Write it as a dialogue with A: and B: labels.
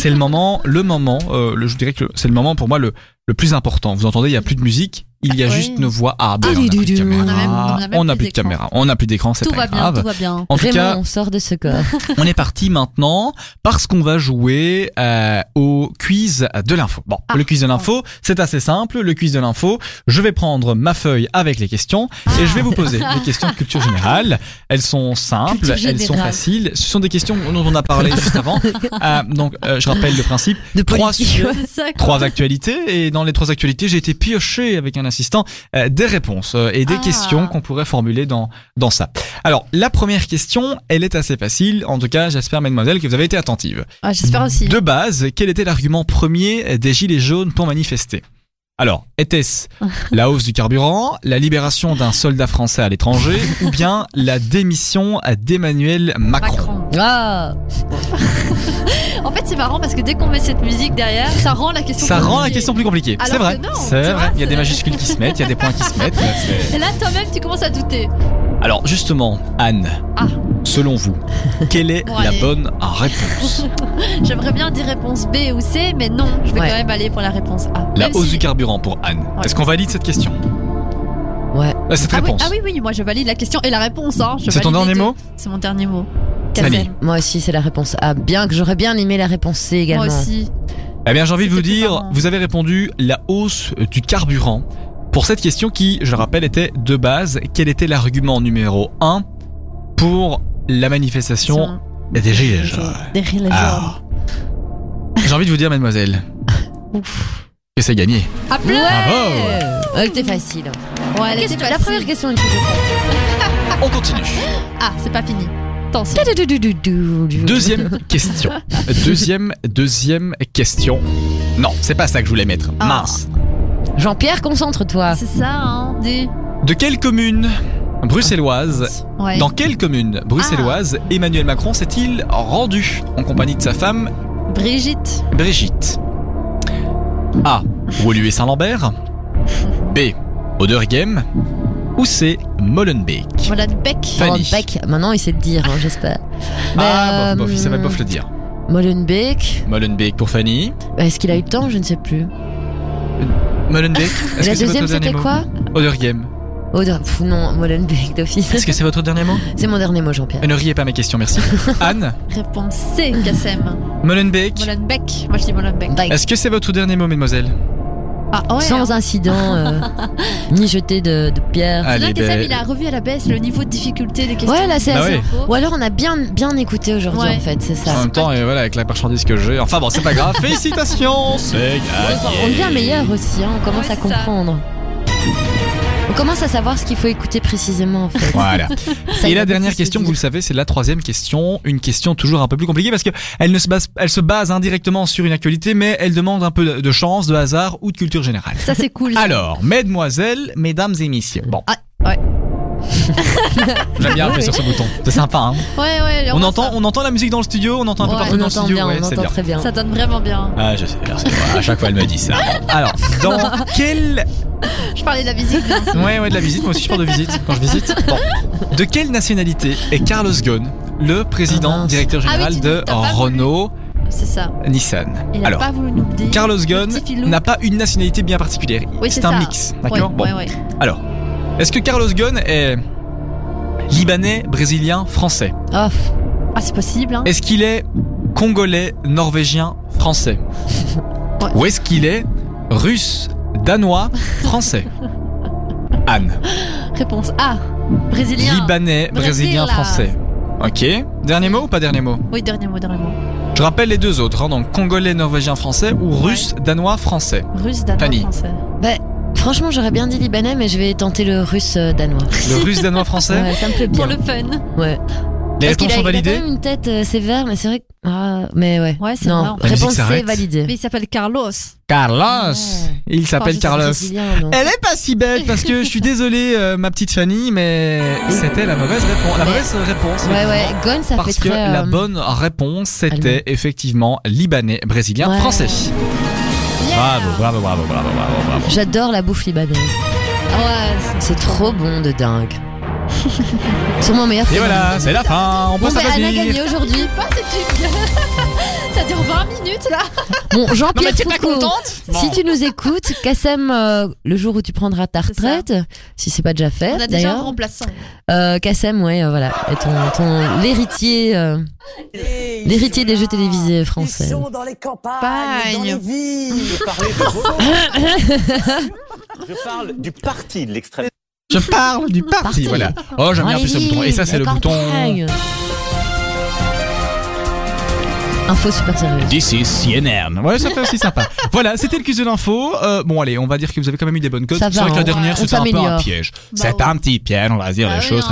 A: c'est le moment, le moment, euh, le, je dirais que c'est le moment pour moi le, le plus important. Vous entendez, il n'y a plus de musique, il y a
B: Ouais.
A: juste nos voix. Ah, ben,
B: Ah,
A: on n'a
B: du,
A: plus de
B: du, du.
A: caméra.
B: On a même- on a même
A: On n'a
B: plus
A: plus de
B: d'écran.
A: caméra. On n'a plus d'écran, c'est
B: Tout
A: pas
B: va bien,
A: grave.
B: tout va bien.
A: En tout
C: Vraiment,
A: cas,
C: on sort de ce corps.
A: on est parti maintenant parce qu'on va jouer euh, au quiz de l'info. Bon,
B: Ah.
A: le quiz de l'info, c'est assez simple. Le quiz de l'info, je vais prendre ma feuille avec les questions et je vais vous poser des questions de culture générale. Elles sont simples,
B: Ah. Culture
A: elles sont
B: générale.
A: faciles. Ce sont des questions dont on a parlé juste avant. Euh, donc, euh, je rappelle le principe.
C: De
A: Trois
C: politique.
B: C'est ça, quoi.
A: Trois actualités et dans les trois actualités, j'ai été pioché avec un assistant euh, des réponses euh, et des
B: Ah.
A: questions qu'on pourrait formuler dans dans ça. Alors la première question, elle est assez facile. En tout cas, j'espère mesdemoiselles que vous avez été attentives.
B: Ah, J'espère aussi.
A: De base, quel était l'argument premier des gilets jaunes pour manifester Alors, était-ce la hausse du carburant, la libération d'un soldat français à l'étranger ou bien la démission d'Emmanuel Macron.
B: Macron.
C: Ah,
B: En fait, c'est marrant parce que dès qu'on met cette musique derrière, ça rend la question.
A: Ça rend la
B: compliquée.
A: question plus compliquée.
B: Alors
A: C'est vrai.
B: que non,
A: C'est
B: tu
A: vrai.
B: vois,
A: Il y a des
B: c'est-
A: majuscules qui se mettent, il y a des points qui se mettent. C'est-
B: Et là, toi-même, tu commences à douter.
A: Alors justement, Anne,
B: Ah.
A: selon vous, quelle est
B: Bon,
A: la
B: allez.
A: bonne réponse
B: J'aimerais bien dire réponse B ou C, mais non, je vais
C: Ouais.
B: quand même aller pour la réponse A.
A: La
B: Même
A: hausse
B: si-
A: du carburant pour Anne.
B: Ouais.
A: Est-ce qu'on valide cette question
C: Ouais.
A: Ah, Cette
B: Ah oui,
A: réponse.
B: ah oui, oui, moi je valide la question et la réponse. Hein, je
A: C'est ton
B: valide les
A: dernier
B: deux.
A: mot
B: C'est mon dernier mot.
A: Samy.
B: Kassem.
C: moi aussi, c'est la réponse A. Bien que j'aurais bien aimé la réponse C également.
B: Moi aussi.
A: Eh bien, j'ai envie de vous
B: C'était plus
A: dire,
B: marrant.
A: vous avez répondu la hausse du carburant pour cette question qui, je le rappelle, était de base. Quel était l'argument numéro 1 pour la manifestation des Gilets jaunes
B: Des rires les gens.
A: Ah. J'ai envie de vous dire, mademoiselle, que c'est gagné.
B: Ah, plus
A: Bravo
C: Ouais, c'était facile.
B: Ouais, elle
C: Qu'est-ce
B: était
C: que- la
B: facile.
C: première question est toujours facile.
A: On continue.
B: Ah, c'est pas fini. Attention.
A: Deuxième question. Deuxième, deuxième question. Non, c'est pas ça que je voulais mettre.
B: Ah.
A: Mince.
C: Jean-Pierre,
A: Ah.
C: concentre-toi.
B: C'est ça, hein. Des...
A: De quelle commune bruxelloise
B: Ouais.
A: Dans quelle commune bruxelloise
C: Ah.
A: Emmanuel Macron s'est-il rendu en compagnie de sa femme
B: Brigitte.
A: Brigitte A. Woluwe Saint-Lambert B. Oderghem ou C. Molenbeek
B: Molenbeek.
A: Fanny.
C: Molenbeek, Oh, maintenant il sait le dire, hein, j'espère.
A: Ah,
C: Mais,
A: bof, bof, il savait
C: euh,
A: bof le dire.
C: Molenbeek, Bah,
A: Molenbeek pour Fanny.
C: est-ce qu'il a eu le temps Je ne sais plus.
A: Molenbeek. est-ce
C: La
A: que c'est votre
C: deuxième,
A: dernier
C: c'était
A: mot
C: quoi
A: Oderghem.
C: Oh non, pff, non, Molenbeek d'office.
A: Est-ce que c'est votre dernier mot
C: C'est mon dernier mot, Jean-Pierre.
A: Ne riez pas mes questions, merci. Anne,
B: Réponse C, Kassem.
A: Molenbeek,
B: Molenbeek. Moi je dis Molenbeek.
C: Beek.
A: Euh, est-ce que c'est votre dernier mot, mademoiselle
B: Ah, ouais. hein.
C: Sans incident, euh, Oh, ni jeté de, de pierre.
B: C'est là
A: Allez,
B: Kassem,
A: ben,
B: il a revu à la baisse le niveau de difficulté des questions.
C: Ouais, là c'est
A: Bah
C: assez.
A: ouais.
C: Ou alors on a bien, bien écouté aujourd'hui
B: Ouais.
C: en fait, c'est
A: En
C: ça.
A: même temps, et voilà, avec la marchandise que j'ai. Enfin bon, c'est pas grave. Félicitations C'est gagné
C: On devient meilleur aussi, hein, on commence
B: Ouais,
C: à
B: c'est ça.
C: comprendre. On commence à savoir ce qu'il faut écouter précisément en fait.
A: Voilà.
C: Ça
A: Et la
C: va plus
A: dernière
C: se
A: question,
C: dire.
A: vous le savez, c'est la troisième question. Une question toujours un peu plus compliquée parce que elle ne se base, elle se base indirectement sur une actualité, mais elle demande un peu de- de chance, de hasard ou de culture générale.
B: Ça c'est cool.
A: Alors, mesdemoiselles, mesdames et messieurs. Bon.
B: Ah, ouais.
A: J'aime bien appuyer sur ce bouton. C'est sympa, hein.
B: Ouais, ouais.
A: On
B: voit
A: entend,
B: ça.
A: on entend la musique dans le studio, on entend un peu
B: Ouais.
A: partout
C: On
A: dans le
C: entend
A: studio.
C: bien,
A: ouais,
C: on
A: c'est
C: entend très bien.
B: Ça donne vraiment bien.
A: Ah, je sais, merci. À chaque fois, elle me dit ça. Alors, dans quelle.
B: Je parlais de la musique. bien sûr.
A: Ouais, ouais, de la visite. Moi aussi, je parle de visite quand je visite. Bon. De quelle nationalité est Carlos Ghosn, le
C: Ah,
A: président
C: mince.
A: directeur
B: Ah oui,
A: général
B: tu
A: de
B: nous- t'as pas voulu.
A: Renault
B: C'est ça.
A: Nissan
B: Il a
A: Alors,
B: pas voulu nous le dire.
A: Carlos Ghosn
B: petit filou.
A: n'a pas une nationalité bien particulière.
B: Oui,
A: c'est
B: c'est
A: un
B: ça.
A: mix. D'accord
B: Ouais,
A: Bon.
B: ouais, ouais.
A: Alors, est-ce que Carlos Ghosn est. Libanais, brésilien, français
C: Oh,
B: Ah, c'est possible, hein.
A: Est-ce qu'il est congolais, norvégien, français
B: Ouais.
A: Ou est-ce qu'il est russe, danois, français Anne,
B: Réponse A. Brésilien.
A: libanais, brésilien,
B: Brésil, là.
A: français. Ok. Dernier mot ou pas dernier mot
B: Oui, dernier mot, dernier mot.
A: Je rappelle les deux autres, hein, donc congolais, norvégien, français ou
B: Ouais.
A: russe, danois, français.
B: Russe, danois,
A: Fanny.
B: français.
C: bah, franchement, j'aurais bien dit libanais, mais je vais tenter le russe euh, danois.
A: Le russe, danois, français
C: Ouais, ça me plaît bien.
B: Pour le fun.
C: Ouais.
A: Les
C: Parce qu'il
A: réponses
C: a,
A: sont
C: il a
A: validées
C: quand même une tête euh, sévère, mais c'est vrai que. Ah, mais ouais.
B: Ouais, c'est vrai,
C: non,
B: en fait.
A: La musique
C: réponse C
A: s'arrête.
B: Mais
C: validée.
B: il s'appelle Carlos.
A: Carlos Il
C: Oh,
A: s'appelle
B: Enfin,
A: Carlos.
C: C'est brésilien, non
A: Elle est pas si bête parce que je suis désolé, euh, ma petite Fanny, mais c'était la mauvaise réponse. La
C: Mais-
A: mauvaise réponse.
C: Ouais, ouais.
A: effectivement.
C: Gon, ça
A: Parce
C: fait
A: que
C: très.
A: la
C: euh,
A: bonne réponse,
C: allemand.
A: c'était effectivement libanais, brésilien,
C: Ouais.
A: français.
B: Yeah
A: bravo, bravo, bravo, bravo, bravo.
C: J'adore la bouffe libanaise.
B: Ouais, c'est-
C: C'est trop bon de dingue. Sûrement meilleur que
A: Et voilà, c'est la fin. On
C: Bon,
A: peut
C: bah, Anne a
A: s'applaudir.
C: gagné aujourd'hui.
B: Pas, c'est une- Ça dure 20 minutes là.
C: Bon,
D: Non, mais
C: Jean-Pierre
D: t'es pas
C: Foucault,
D: contente
A: Bon.
C: si tu nous écoutes, Kassem, euh, le jour où tu prendras ta
B: C'est ça.
C: retraite, si c'est pas déjà fait,
B: On a déjà un
C: d'ailleurs,
B: remplaçant.
C: euh, Kassem, ouais, euh, voilà, est ton, ton- l'héritier, euh, l'héritier des jeux télévisés
E: Ils
C: français.
E: sont dans les campagnes, dans
D: Pagne.
E: les villes.
F: Je parlais de votre- Je parle du parti de l'extrême
A: Je parle du parti,
C: Parti.
A: voilà. Oh, j'aime bien en plus ce bouton. Et ça, c'est le bouton.
C: Info super sérieuse.
A: This is CNN. Ouais, ça fait aussi sympa. Voilà, c'était le quiz de l'info. Euh, bon, allez, on va dire que vous avez quand même eu des bonnes cotes.
C: Ça
A: C'est
C: va,
A: vrai que la
C: on-
A: dernière,
C: on
A: c'était un peu un
C: s'améliore. Ah
A: piège.
B: Bah
A: C'était
B: ouais.
A: un petit piège, on va dire
B: Bah
A: les
B: oui,
A: choses.
B: hein.